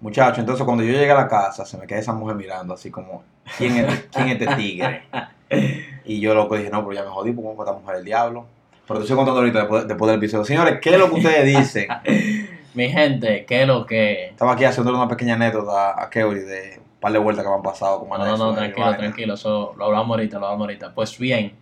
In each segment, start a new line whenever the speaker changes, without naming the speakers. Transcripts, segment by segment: Muchacho, entonces cuando yo llegué a la casa, se me queda esa mujer mirando así como, ¿quién es, ¿quién es este tigre? Y yo loco dije, no, pero ya me jodí, porque esta mujer del diablo. Pero te estoy contando ahorita después, después del episodio. Señores, ¿qué es lo que ustedes dicen?
Mi gente, ¿qué es lo que?
Estaba aquí haciendo una pequeña anécdota a Keuri de un par de vueltas que me han pasado. Como
No, no, no, tranquilo, tranquilo, eso lo hablamos ahorita, lo hablamos ahorita. Pues bien,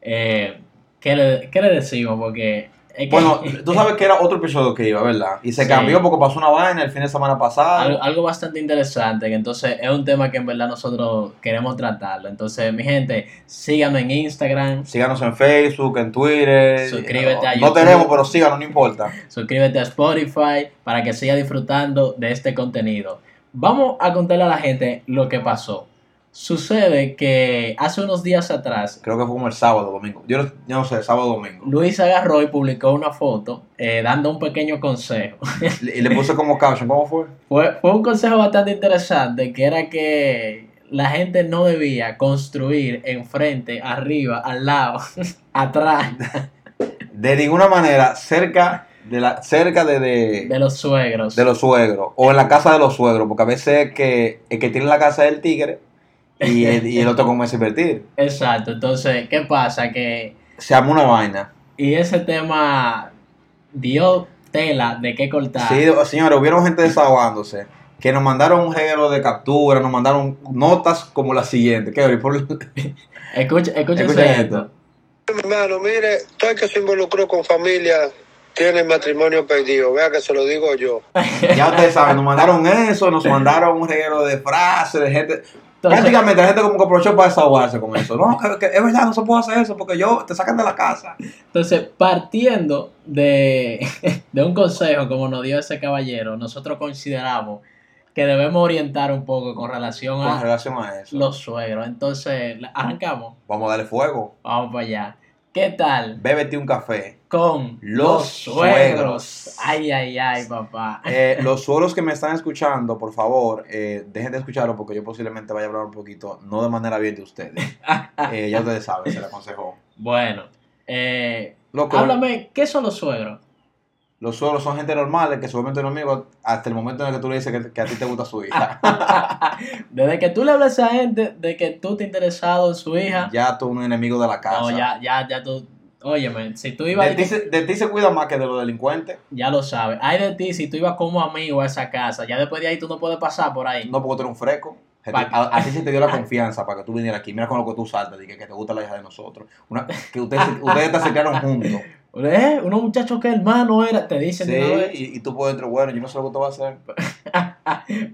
eh, ¿qué, le, ¿qué le decimos? Porque... es que-
Bueno, tú sabes que era otro episodio que iba, ¿verdad? Y se
Sí.
cambió porque pasó una vaina el fin de semana pasado.
Algo, algo bastante interesante, que entonces es un tema que en verdad nosotros queremos tratarlo. Entonces, mi gente, síganme en Instagram,
Síganos en Facebook, en Twitter.
Suscríbete
no,
a
No
YouTube.
tenemos, pero síganos, no importa.
suscríbete a Spotify para que siga disfrutando de este contenido. Vamos a contarle a la gente lo que pasó. Sucede que hace unos días atrás,
Creo que fue como el sábado, domingo. Yo, no- yo no sé, sábado, domingo.
Luis agarró y publicó una foto eh, dando un pequeño consejo.
Y le puse como caption, ¿cómo fue?
Fue, fue un consejo bastante interesante, que era que la gente no debía construir enfrente, arriba, al lado, atrás
De ninguna manera, cerca de la, cerca de, de-
de los suegros.
de los suegros. O en la casa de los suegros, porque a veces es que el que tiene la casa es el tigre y el, y el otro comienza a invertir.
Exacto, entonces, ¿qué pasa? Que,
Se armó una vaina.
y ese tema dio tela de qué cortar.
Sí, señores, hubieron gente desahogándose. Que nos mandaron un género de captura, nos mandaron notas como la siguiente. ¿Qué, Ori? Por-
Escucha, escúchense
Escuchen
esto.
esto.
Mi hermano, mire, todo el que se involucró con familia tiene el matrimonio perdido. Vea que se lo digo yo.
Ya ustedes saben, nos mandaron eso, nos mandaron un reguero de frases, de gente.
Entonces,
prácticamente la gente como que aprovechó para desahogarse con eso. No, que- que es verdad, no se puede hacer eso porque yo te sacan de la casa.
Entonces, partiendo de, de un consejo como nos dio ese caballero, nosotros consideramos que debemos orientar un poco con relación
Con
a
relación a eso,
los suegros. Entonces, la- arrancamos,
vamos a darle fuego.
vamos para allá. ¿Qué tal
Bébete un café.
con
Los suegros.
Ay, ay, ay, papá.
Eh, los suegros que me están escuchando, por favor, eh, dejen de escucharlo porque yo posiblemente vaya a hablar un poquito, no de manera bien de ustedes. Eh, ya ustedes saben, se les aconsejó.
Bueno, eh,
Loco,
háblame, ¿qué son los suegros?
los suegros son gente normal que seguramente no amigos hasta el momento en el que tú le dices que, que a ti te gusta su
Ah,
hija.
Desde que tú le hablas a esa gente de que tú te interesado en su hija,
ya tú un enemigo de la casa.
no, ya, ya, ya tú, óyeme, si tú ibas
De ti, se, de ti se cuida más que de los delincuentes.
Ya lo sabes. Hay de ti si tú ibas como amigo a esa casa. Ya después de ahí tú no puedes pasar por ahí.
No porque tú eres un fresco. Se te-
Pa-
a, a ti se te dio la confianza para que tú vinieras aquí. Mira con lo que tú saltas, dije que te gusta la hija de nosotros. Una- que ustedes, se- ustedes te acercaron juntos.
¿Eh? Unos muchachos que hermano era, te dicen
Sí,
de una vez.
y, y tú puedes entrar, bueno, yo no sé lo que tú vas a hacer.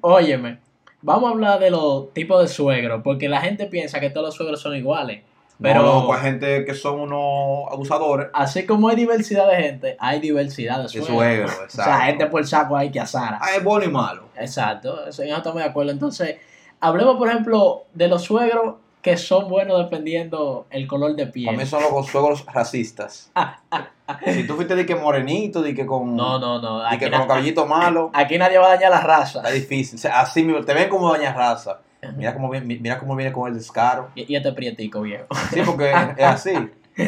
Óyeme, vamos a hablar de los tipos de suegros, porque la gente piensa que todos los suegros son iguales. Pero
Pero loco, pues. hay gente que son unos abusadores
así como hay diversidad de gente, hay diversidad de
de
suegros.
suegro.
o sea, gente por saco hay que asar.
Ah, es bueno y malo.
Exacto, eso- en eso estamos de acuerdo. Entonces, hablemos por ejemplo de los suegros que son buenos dependiendo el color de piel.
Para mí son los suegros racistas. si tú fuiste de que morenito, de que con,
No, no, no.
de que
Aquí,
con los
na-
cabellitos malos,
Eh, aquí nadie va a dañar la raza.
está difícil. O sea, así mismo, te ven como doña raza. Mira cómo, viene- mira cómo viene con el descaro.
Y, y este prietico, viejo.
Sí, porque es así.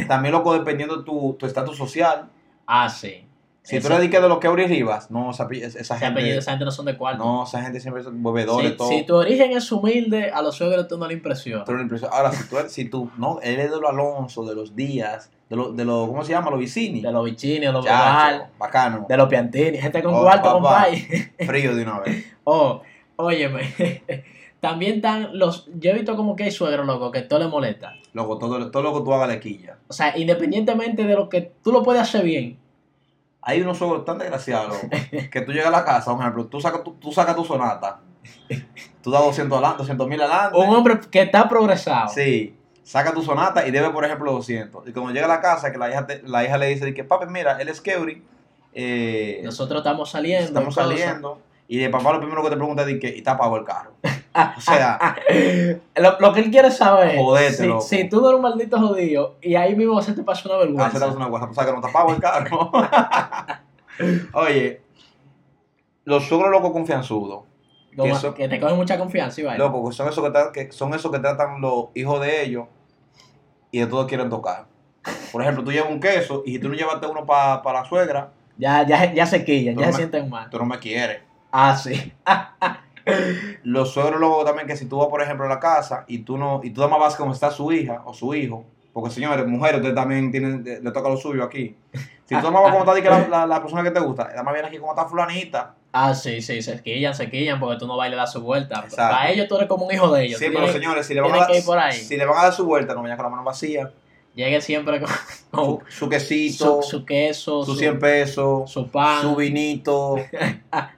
También, loco, dependiendo tu tu estatus social.
Ah, sí.
Si tú
Ese-
le dedicas de los que Uri Rivas, no, esa, pi- esa
ese apellido de
gente.
esa gente no son de cuarto.
No, esa gente siempre son bebedores,
si,
todo.
si tu origen es humilde, a los suegros tú no le impresiona.
Pero la impresión- Ahora, si tú, eres- si tú, no, él es de los Alonso, de los Díaz, de los, de los ¿cómo se llama? Los Vicini.
De los bichini, de los
Chacho,
bobal,
bacano.
de los piantini, gente con
Oh,
cuarto,
papá.
compadre.
Frío de una vez.
Oh, óyeme. También están los. Yo he visto como que hay suegros, loco, que todo le molesta.
Loco, todo, todo lo que tú hagas le quilla.
O sea, independientemente de lo que tú lo puedes hacer bien.
Hay unos suegros tan desgraciados, loco, que tú llegas a la casa, por ejemplo, tú sacas tu, tú sacas tu sonata, tú das 200 adelante, 200 mil adelante.
Un hombre que está progresado.
Sí, saca tu sonata y debe, por ejemplo, 200. Y cuando llega a la casa, que la hija, te- la hija le dice, de que papi, mira, él es Keuri, eh,
Nosotros estamos saliendo.
estamos
y cosas.
saliendo. Y el papá lo primero que te pregunta es, de que, ¿y está pago el carro? O sea... ah,
Lo, lo que él quiere saber
Jodete,
si,
loco.
si tú no eres un maldito jodido y ahí mismo se te pasa una
Ah, se te
vergüenza.
hace una guasa, tú sabes que no te pago el carro. Oye, los suegros locos confianzudos,
Como
que eso-
que te coge mucha confianza y vaya.
locos, que son esos que, tra- que son esos que tratan los hijos de ellos y de todos quieren tocar. Por ejemplo, tú llevas un queso y si tú no llevaste uno para la suegra,
Ya, ya, ya se quillan,
Tú
ya
no
se
me-
sienten mal.
tú no me quieres.
Ah, sí.
Los suegros luego también que si tú vas, por ejemplo, a la casa y tú no y tú nada más vas como está su hija o su hijo, porque señores, mujeres, ustedes también tienen, de- le toca lo suyo aquí. Si
Ah,
tú nada más vas como está di que la, la- la persona que te gusta, nada más viene aquí como está fulanita.
Ah, sí, sí, se quillan, se quillan porque tú no bailes a dar su vuelta.
Exacto.
Para ellos tú eres como un hijo de ellos.
sí,
Tú
pero
tienes-
señores, si le, van a
tienen
dar,
que ir por ahí.
si le van a dar su vuelta, no vayan con la mano vacía,
Llegue siempre con, con
su, su quesito,
su,
su,
su queso, su,
100 pesos,
su pan.
su vinito,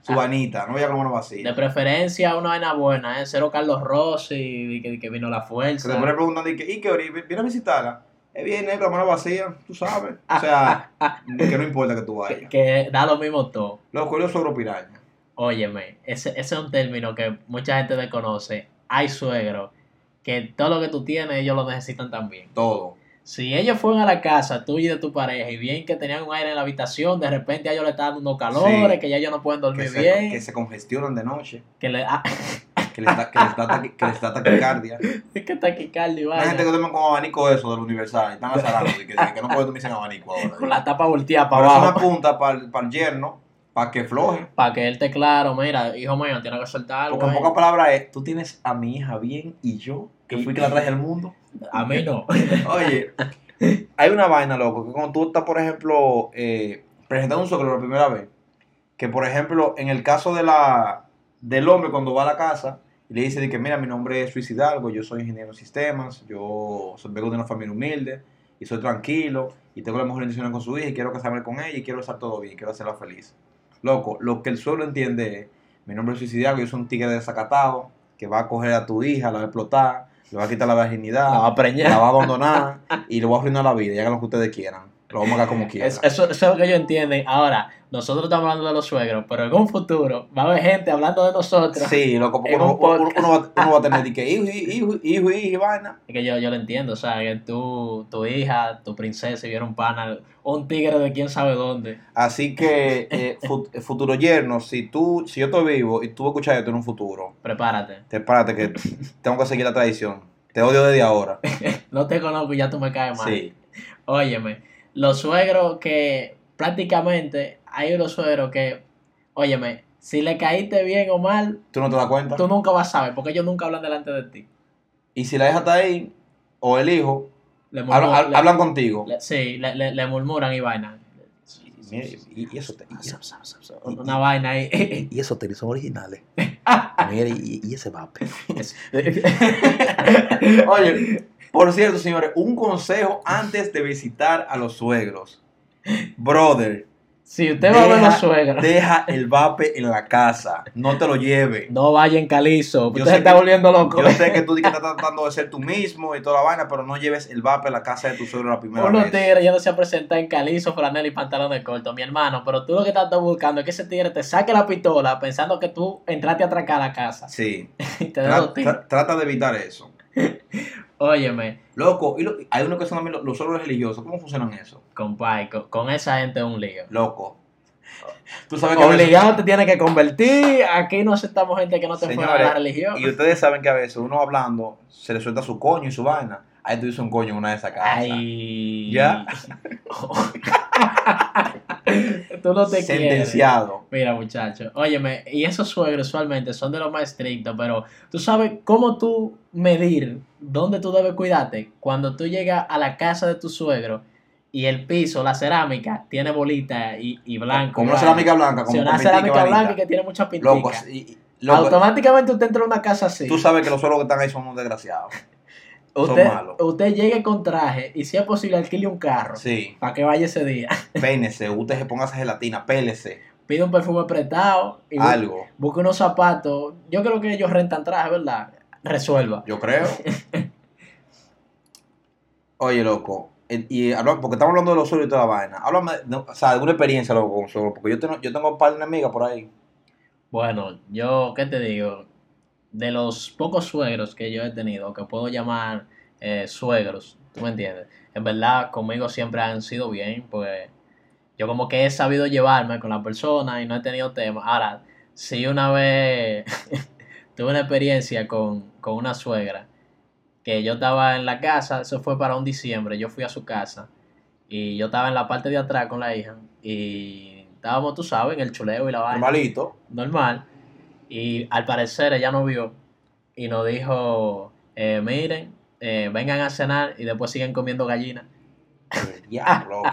su vanita, no vayan con la mano vacía.
De preferencia una vaina buena, ¿eh? Cero Carlos Rossi, y que, que vino la
Se
fuerza.
te pone preguntando, y que, ¿y qué hora? ¿Viene a visitarla? Eh, viene, con la mano vacía, tú sabes. O sea, que no importa que tú
que,
vayas.
que da lo mismo todo.
Loco, yo suegro piraña.
Óyeme, ese, ese es un término que mucha gente desconoce. Hay suegros que todo lo que tú tienes ellos lo necesitan también.
Todo.
Si ellos fueron a la casa tuya y de tu pareja y bien que tenían un aire en la habitación, de repente a ellos le están dando unos calores,
Sí.
que ya ellos no pueden
Que
dormir
se,
bien,
que se congestionan de noche.
que le ah,
Que les da, que les da, taqui- que les da taquicardia.
que taquicardia y
Hay gente
vaina,
que duerme con abanico eso del universal. y Están azarados. y que, y que no pueden dormirse en abanico ahora.
con la tapa volteada
Pero
para
es una
abajo,
punta para el, para el yerno, para que floje.
para que él te claro, mira, hijo mío, tiene que soltar algo.
Porque en
ahí.
pocas palabras es, tú tienes a mi hija bien y yo, que fui que la traje al mundo.
A mí no.
Oye, hay una vaina, loco, que cuando tú estás, por ejemplo, eh, presentando un suegro la primera vez, que por ejemplo, en el caso de la del hombre cuando va a la casa y le dice de que mira, mi nombre es Luis Hidalgo, yo soy ingeniero en sistemas, yo soy vengo de una familia humilde y soy tranquilo y tengo la mejor intención con su hija y quiero casarme con ella y quiero estar todo bien, quiero hacerla feliz. Loco, lo que el suelo entiende es, mi nombre es Luis Hidalgo, yo soy un tigre desacatado que va a coger a tu hija, la va a explotar, le va a quitar la virginidad,
La va a
la
preñar.
va a abandonar y le va a arruinar la vida. Y hagan lo que ustedes quieran. Lo vamos a hacer como quieran.
Es- eso, eso es lo que ellos entienden. Ahora, nosotros estamos hablando de los suegros, pero en un futuro va a haber gente hablando de nosotros.
Sí, loco, porque
En
uno,
un podcast.
uno- uno va, uno va a tener de que hijo, hijo, hijo, hijo y vaina.
Es que yo, yo lo entiendo, o sea, que tú, tu hija, tu princesa, y viera un pana, un tigre de quién sabe dónde.
Así que, eh, fut- futuro yerno, si tú, si yo estoy vivo y tú escuchas esto en un futuro,
Prepárate.
te párate que tengo que seguir la tradición. Te odio desde ahora.
No te conozco y ya tú me caes mal.
Sí.
Óyeme, los suegros que prácticamente hay unos suegros que, óyeme, si le caíste bien o mal,
¿Tú no te das cuenta?
tú nunca vas a saber, porque ellos nunca hablan delante de ti.
Y si la hija está ahí, o el hijo,
Le
hablan,
murmuran- le-
hablan contigo.
le- sí, le, le- le murmuran y vaina.
Mira, y, y eso te- y eso-
Una vaina ahí.
y esos tenis son originales. Mira, y, y ese vape. Oye, por cierto, señores, un consejo antes de visitar a los suegros. Brother,
Si usted va a ver
Deja
los suegros,
deja el vape en la casa. No te lo lleve.
no vaya en calizo. Usted
Yo
se
sé
está
que-
volviendo loco.
Yo sé que tú dices que estás tratando de ser tú mismo y toda la vaina, pero no lleves el vape a la casa de tu suegro la primera
Unos
vez.
tigres ya no se ha presentado en calizo, franela y pantalones cortos, mi hermano. Pero tú lo que estás buscando es que ese tigre te saque la pistola pensando que tú entraste a atracar a la casa.
Sí,
Y te dé
tra-
los tiros.
tra- trata de evitar eso.
Óyeme,
Loco, y lo- hay uno que son también los, los suegros religiosos. ¿Cómo funcionan eso?
compadre, con, con esa gente es un lío.
Loco. Tú sabes que a veces-
Obligado te tiene que convertir. Aquí no aceptamos gente que no te fuera de la
Señores,
religión.
Y ustedes saben que a veces uno hablando se le suelta su coño y su vaina. Ahí tú dices un coño en una de esas casas.
Ay.
Ya.
tú no te quieres.
Sentenciado.
Mira, muchacho, óyeme, y esos suegros usualmente son de los más estrictos, pero tú sabes cómo tú medir dónde tú debes cuidarte cuando tú llegas a la casa de tu suegro y el piso, la cerámica, tiene bolita y, y blanco.
Como
y
una
vaina.
cerámica blanca. Como
Sí, una
con pintica
cerámica
varita.
blanca que tiene mucha pintica.
Loco, así- y- y- loco,
Automáticamente usted entra a una casa así.
tú sabes que los suelos que están ahí son unos desgraciados. son
usted,
malos.
usted llegue con traje y si es posible alquile un carro
Sí.
para que vaya ese día.
Pénese, usted se ponga esa gelatina, pélese,
Pide un perfume apretado y bu-
algo.
busque unos zapatos. Yo creo que ellos rentan traje, ¿verdad? Resuelva.
Yo creo. Oye, loco. el- Y eh, habla- porque estamos hablando de los suelos y toda la vaina. Háblame, de- o sea, de alguna experiencia, loco, con suegros, Porque yo tengo, yo tengo un par de amigas por ahí.
Bueno, yo, ¿qué te digo? De los pocos suegros que yo he tenido, que puedo llamar eh, suegros, ¿tú me entiendes? En verdad, conmigo siempre han sido bien, pues yo como que he sabido llevarme con la persona y no he tenido tema. Ahora, sí una vez tuve una experiencia con, con una suegra, que yo estaba en la casa, eso fue para un diciembre, yo fui a su casa y yo estaba en la parte de atrás con la hija y estábamos, tú sabes, en el chuleo y la vaina.
Normalito.
normal. Y al parecer ella no vio y nos dijo, eh, miren, eh, vengan a cenar y después siguen comiendo gallina.
El diablo.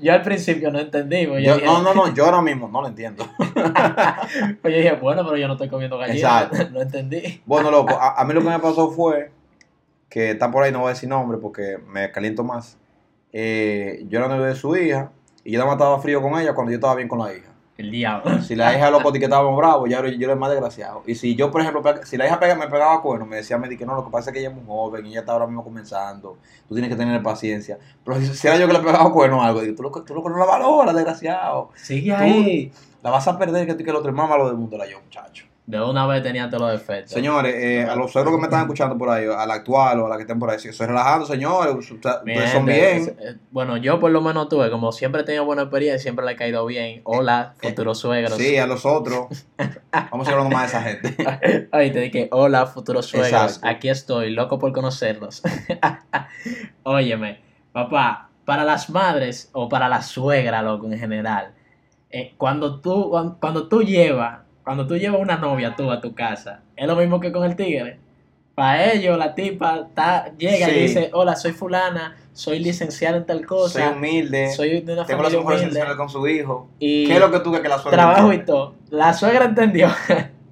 Yo al principio no entendí, porque yo,
Yo-
dije,
no, no, no, yo ahora mismo no lo entiendo.
pues yo dije, bueno, pero yo no estoy comiendo gallina.
Exacto.
No entendí.
Bueno, loco, a, a mí lo que me pasó fue que está por ahí, no voy a decir nombre porque me caliento más. Eh, yo era novio de su hija y yo nada más estaba frío con ella cuando yo estaba bien con la hija.
El diablo.
Si la hija loco etiquetábamos bravo, ya yo, yo era el más desgraciado. Y si yo, por ejemplo, pe- si la hija pega, me pegaba cuernos, me decía, me di que no, lo que pasa es que ella es muy joven, y ella está ahora mismo comenzando, tú tienes que tener paciencia. Pero si, si era yo que le pegaba cuernos o algo, digo, tú loco, tú loco no la valoras, desgraciado.
Sigue
ahí. La vas a perder que tú y que el otro, hermano lo del mundo era yo, muchacho.
De una vez tenía todos los defectos.
Señores, eh, a los suegros que me están escuchando por ahí, a la actual o a la que estén por ahí, si estoy relajando, señores, ustedes
Mi gente,
son bien.
eh, Bueno, yo por lo menos tuve, como siempre he tenido buena experiencia, siempre le he caído bien. Hola,
eh,
futuros suegros.
Sí, a los otros. Vamos a ir hablando más de esa gente.
Ay, Ah, te dije, hola, futuros suegros.
Exacto.
Aquí estoy, loco por conocerlos. Óyeme, papá, para las madres o para la suegra, loco, en general, eh, cuando tú, cuan- cuando tú llevas, cuando tú llevas una novia tú a tu casa, es lo mismo que con el tigre. Para ellos, la tipa está- llega
Sí.
y dice, hola, soy fulana, soy licenciada en tal
Soy
cosa,
humilde.
soy de una
tengo las
familia
mejores
humilde.
intenciones con su hijo.
Y
¿Qué es lo que tú crees que la suegra
trabajo y
entiende?
todo. La suegra entendió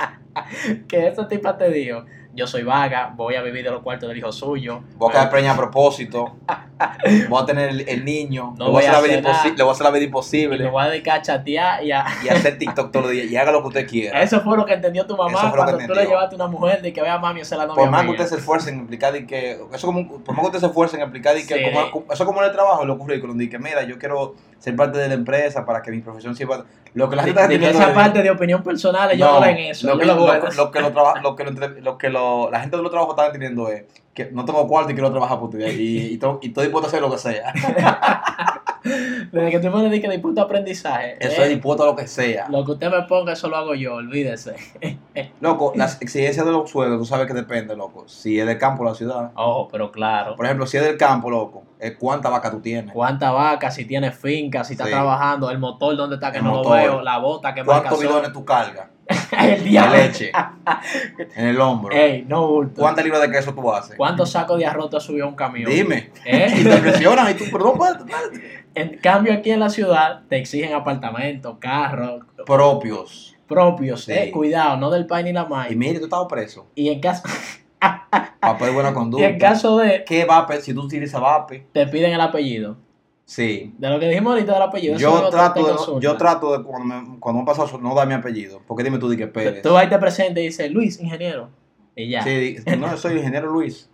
que esa tipa te dijo, yo soy vaga, voy a vivir de los cuartos del hijo suyo.
Voy a quedar preñada a propósito. Voy a tener el, el niño.
No
le, voy a hacer la vida
voy a hacer
imposi-
nada.
le voy a hacer la vida
Y me
imposible.
voy a dedicar a chatear y a...
Y hacer TikTok todos los días. Y haga lo que usted quiera.
Eso fue lo que entendió tu
Eso fue
mamá
lo
cuando
que
tú le
entendió.
llevaste a una mujer de que vea mami, esa es la novia
por más que
mía".
ustedes se esfuercen en explicar y que. Eso como, un- por más que ustedes se esfuercen en explicar y que.
Sí.
como- eso como en el trabajo, en los currículum. de que mira, yo quiero ser parte de la empresa para que mi profesión sirva. Lo que la
De-
gente está
de que
entendiendo
esa
es-
parte de opinión personal, ellos no, leen eso.
Lo que,
ellos
lo,
lo
que-
juegan.
lo que lo traba- lo que lo entre- lo que lo- la gente de los trabajos está entendiendo es que no tengo cuarto y quiero trabajar por ustedes. Y, y, to- y estoy dispuesto a hacer lo que sea.
Desde que tú me dediques de puto aprendizaje.
Eso es
eh,
dispuesto a lo que sea.
Lo que usted me ponga, eso lo hago yo, olvídese.
Loco, las exigencias de los sueldos, tú sabes que depende, loco. Si es del campo o la ciudad.
Oh, pero claro.
Por ejemplo, si es del campo, loco, es cuánta vaca tú tienes.
cuánta vaca, si tiene finca, si está
Sí.
trabajando, el motor dónde está que
El
no
motor.
lo veo, la bota que marca
¿Cuántos
son.
bidones tú cargas?
el
De
diablo.
leche. En el hombro.
Ey, no bulto.
¿Cuántas libras de queso tú haces?
¿Cuántos sacos de arroz te subió un camión?
Dime. Y
¿Eh?
te presionan y tú, perdón, pa- pa-
En cambio, aquí en la ciudad te exigen apartamentos, carros
propios.
propios. eh.
Sí.
Cuidado, no del país ni la
Y
maíz.
mire, tú estabas preso.
Y en caso,
Papel buena
y
conducta.
en caso de,
¿Qué vape? Si tú utilizas vape.
te piden el apellido.
Sí.
De lo que dijimos ahorita del apellido. eso
Yo
luego te- te
trato, de, no-
consulta.
yo trato de cuando me, cuando me pasa eso, no dar mi apellido. Porque dime tú, di que Pérez.
Tú ahí te presentes y dices, Luis, ingeniero. Y ya.
Sí, di- no, yo soy el ingeniero Luis.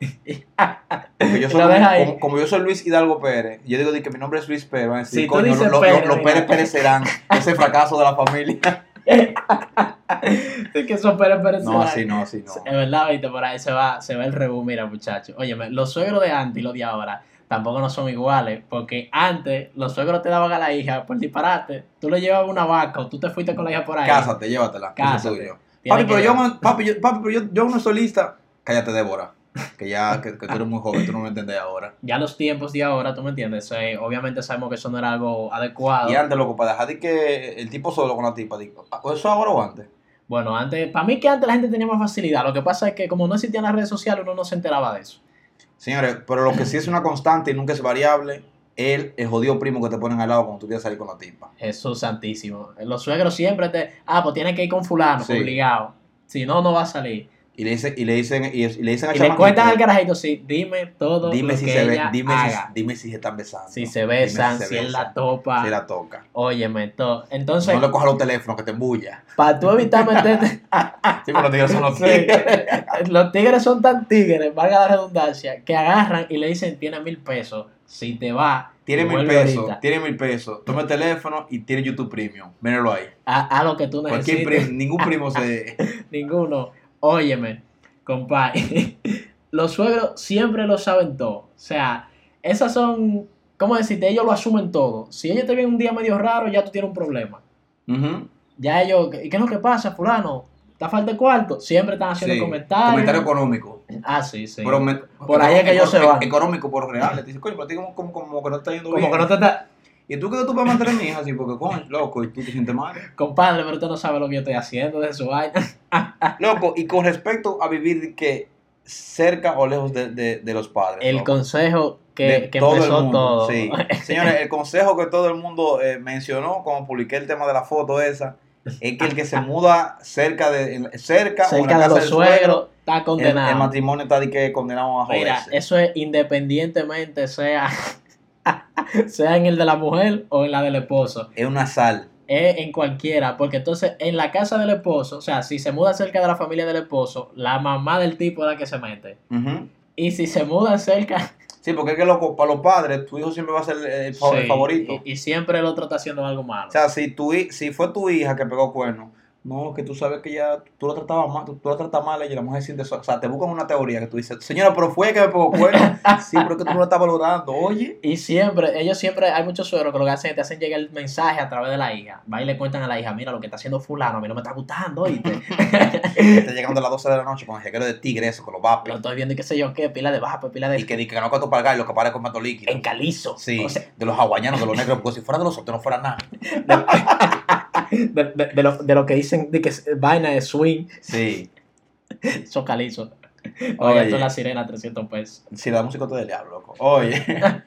Como yo, soy,
Lo deja ahí.
como, como yo soy Luis Hidalgo Pérez, yo digo di que mi nombre es Luis Pérez. Van a decir,
Si tú
coño,
dices
lo- lo-
Pérez,
los
mira.
Pérez perecerán. Ese fracaso de la familia.
Es que eso Pérez Pérez
No,
Serán.
así no, así no.
Es verdad, viste, por ahí se va, se va el rebú, mira, muchachos. Óyeme, los suegros de antes y los de ahora tampoco no son iguales, porque antes los suegros te daban a la hija por disparate, tú le llevabas una vaca o tú te fuiste con la hija por ahí.
Cásate, llévatela. que eso es
Cásate.
tuyo.
Tienes
Papi, pero
que-
yo, no- papi, yo, papi, pero yo, yo no soy lista. Cállate, Débora. Que ya, que, que tú eres muy joven, tú no me entiendes ahora.
Ya los tiempos de ahora, tú me entiendes, Eh, obviamente sabemos que eso no era algo adecuado.
Y antes, loco, para dejar de que el tipo solo con la tipa, digo, ¿eso ahora o antes?
Bueno, antes, para mí que antes la gente tenía más facilidad, lo que pasa es que como no existían las redes sociales, uno no se enteraba de eso.
Señores, pero lo que sí es una constante y nunca es variable, el, el jodido primo que te ponen al lado cuando tú quieres salir con la tipa.
Jesús santísimo. Los suegros siempre te, ah, pues tienes que ir con fulano,
Sí.
obligado. Si no, no va a salir.
Y le dicen, y le dicen, y, y le dicen al
Y le
chamaquito,
cuentan al carajito, sí, dime todo
dime
lo
si
que
se ve,
ella
dime si,
haga.
dime si se están besando.
Si se
Dime
besan, si,
se
él la
besan,
topa.
si la toca.
Óyeme, todo. Entonces,
no le cojas los teléfonos que te embulla.
para tú evitar meterte...
Sí, pero los tigres son los
Sí.
tigres.
Los tigres son tan tigres, valga la redundancia, que agarran y le dicen, tiene mil pesos, si te va...
Tiene mil
vuelve
pesos,
ahorita".
tiene mil pesos. Toma el teléfono y tiene YouTube Premium. Míralo ahí.
A, a lo que tú
Cualquier
necesites.
primo, ningún primo se...
Ninguno. Óyeme, compadre. Los suegros siempre lo saben todo. O sea, esas son, ¿cómo decirte? Ellos lo asumen todo. Si ellos te ven un día medio raro, ya tú tienes un problema.
Ujú.
Ya ellos, ¿y qué es lo que pasa, fulano? ¿Está falta de cuarto? Siempre están haciendo
Sí.
comentarios.
Comentario económico.
Ah, sí, sí.
Pero me-
Por ahí es que ellos se
económico-
van.
Económico, por real. Te dicen, coño, pero a ti como, como, como que no te está yendo
Como
bien.
que no te está...
Y ¿Y tú que tú puedes mantener a mi hija así? Porque, coño, loco, y tú te sientes mal.
Compadre, pero usted no sabe lo que yo estoy haciendo de su vaina.
Loco, y con respecto a vivir que cerca o lejos de, de, de los padres.
El
loco.
consejo
De
que, que
todo el
empezó
mundo,
todo.
sí. Señores, el consejo que todo el mundo eh, mencionó cuando publiqué el tema de la foto esa es que el que se muda cerca de en- cerca, o en la
Cerca de
casa
los
del suegro,
suegros está
el, el
condenado.
matrimonio está de que condenado a
Mira,
joderse.
eso es independientemente sea, sea en el de la mujer o en la del esposo.
es una sal.
Es en cualquiera, porque entonces en la casa del esposo, o sea, si se muda cerca de la familia del esposo, la mamá del tipo es la que se mete.
Ujú.
Y si se muda cerca,
Sí, porque es que loco, para los padres, tu hijo siempre va a ser el, el fa- el
sí,
favorito.
Y, y siempre el otro está haciendo algo malo.
O sea, si, tu, hi- si fue tu hija que pegó cuerno, no, que tú sabes que ya tú la tratabas mal, tú, tú la tratas mal y la mujer siente eso. O sea, te buscan una teoría que tú dices, señora, pero fue que me pegó cuerno. sí, pero es que tú no la estás valorando. Oye,
Y siempre, ellos siempre, hay muchos suegros que lo que hacen es que te hacen llegar el mensaje a través de la hija. Va y le cuentan a la hija, mira lo que está haciendo fulano, a mí no me está gustando, ¿oíste?
está llegando a las 12 de la noche con el jequero de tigre, eso, con los
lo
vapes.
estoy viendo y qué sé yo qué, pila de baja, pues pila
Y
de...
que dice que no cuento para y lo que para con mato líquido.
En calizo.
Sí,
O sea,
de los hawaianos, de los negros, porque si fuera de los otros no fuera nada.
de, de- de lo, de lo que dicen de que es vaina de swing,
Sí,
eso calizo. Oye,
Oye.
esto es la sirena, 300 pesos.
sí, la música todo del diablo, loco. Oye,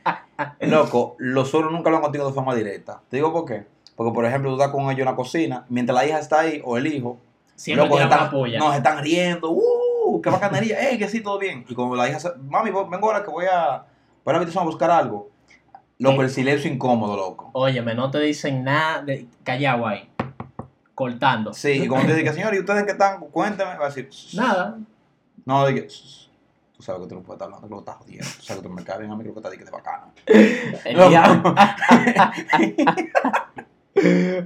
loco, los suegros nunca lo han contigo de forma directa. Te digo por qué. Porque, por ejemplo, tú estás con ellos en la cocina, mientras la hija está ahí o el hijo,
Siempre
Loco,
tiene
se
una
están,
puya.
no, se están riendo. ¡Uh! ¡Qué bacanería! ¡Eh, que sí, todo bien! Y como la hija, se- mami, voy- vengo ahora que voy a, voy a la habitación a buscar algo. Loco,
Eh.
el silencio incómodo, loco.
Óyeme, no te dicen nada de callado ahí, cortando.
Sí, y como te diga, señor, ¿y ustedes qué están? Cuéntame. Va a decir, "Shh".
Nada.
No, de que, "Shh". tú sabes que tú no puedes estar hablando, que lo estás jodiendo. Tú sabes que tú me caes bien a mí, creo que estás de que es bacano.
El
Loco.
diablo.
Oye.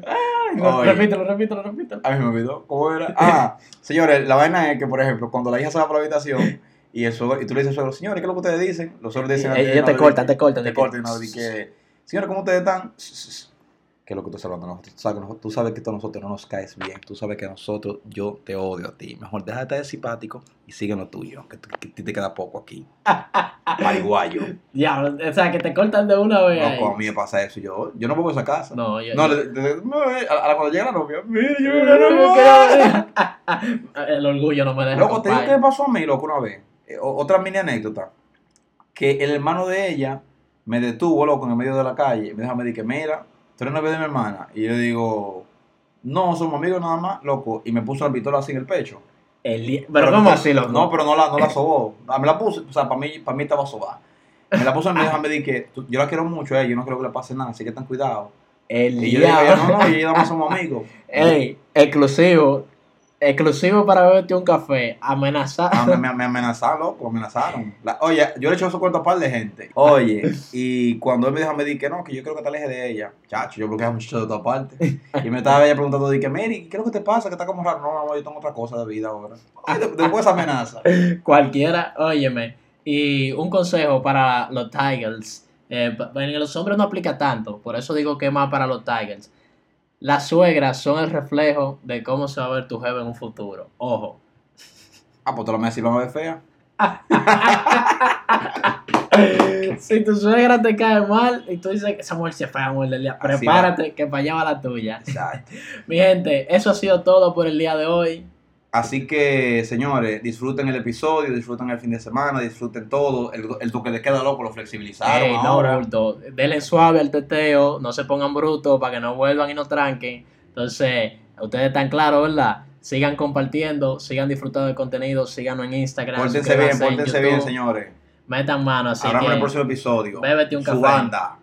repítelo, repítelo, repítelo.
A mí me olvidó. ¿Cómo era? Ah, señores, la vaina es que, por ejemplo, cuando la hija se va para la habitación y, el suegro- y tú le dices al suegro, señores, ¿qué es lo que ustedes dicen? Los suegros dicen...
Eh, Ellos
"No,
te
de
cortan,
que-
te cortan.
te
de que-
corten, ¿no? De que, señora, ¿cómo ustedes están? Que lo que tú estás hablando, nosotros, tú, sabes que nosotros- tú sabes que tú a nosotros no nos caes bien, tú sabes que a nosotros yo te odio a ti. Mejor déjate de simpático y sigue en lo tuyo, que, tú- que a ti te queda poco aquí. Paraguayo.
Diablo, o sea, que te cortan de una vez. ahí.
No, a mí me pasa eso, yo, yo no me voy a esa casa. No,
No, yo. yo-
le- le- le- no, eh, a, a cuando llega la novia, mira, yo me enamoré".
el orgullo no me deja.
Loco, te digo
compadre.
que me pasó a mí, loco, una vez. Eh, o- Otra mini anécdota. Que el hermano de ella me detuvo, loco, en el medio de la calle. Me dijo, me dije, mira, tú eres novio de mi hermana. Y yo digo, no, somos amigos nada más, loco. Y me puso la pistola así en el pecho.
El di- Pero, ¿cómo
no-
así, loco?
No, pero no la, no la sobó. Ah, Me la puse, o sea, para mí, para mí estaba sobada. Me la puso y me dijo, me dije, "Tú- yo la quiero mucho, eh, yo no quiero que le pase nada, así que ten cuidado.
El
Y yo le digo,
diablo.
no, no, yo y ella somos amigos.
Ey, exclusivo. Exclusivo para beberte un café. Amenazar.
Ah, me, me- me amenazaron, loco, amenazaron. La- oye, yo le he hecho eso cuento a un par de gente. Oye, y cuando él me dijo, me dije que no, que yo creo que te alejes de ella. Chacho, yo bloqueé a muchachos de todas partes. Y me estaba ella preguntando, dije, Mary, ¿qué es lo que te pasa? Que está como raro. No, mamá, yo tengo otra cosa de vida ahora. Ay, de- después de esa amenaza.
Cualquiera, óyeme. Y un consejo para los Tigers. Eh, pa- en los hombres no aplica tanto, por eso digo que es más para los Tigers. Las suegras son el reflejo de cómo se va a ver tu jefe en un futuro. Ojo.
Ah, pues tú la me decís, la más fea.
Si tu suegra te cae mal y tú dices que esa mujer se fue a mujer del día,
Así
prepárate que para allá va la tuya.
Exacto.
Mi gente, eso ha sido todo por el día de hoy.
Así que, señores, disfruten el episodio, disfruten el fin de semana, disfruten todo. El, el toque les queda loco, lo flexibilizaron
Ey, Eh, no,
ahora.
bulto. Denle suave al teteo, no se pongan brutos para que no vuelvan y no tranquen. Entonces, ustedes están claros, ¿verdad? Sigan compartiendo, sigan disfrutando del contenido, síganos en Instagram.
pórtense bien,
suscríbanse en
pórtense bien,
YouTube.
señores.
Metan mano, así
Hablamos en el
que
próximo episodio.
bébete un
Su
café.
banda.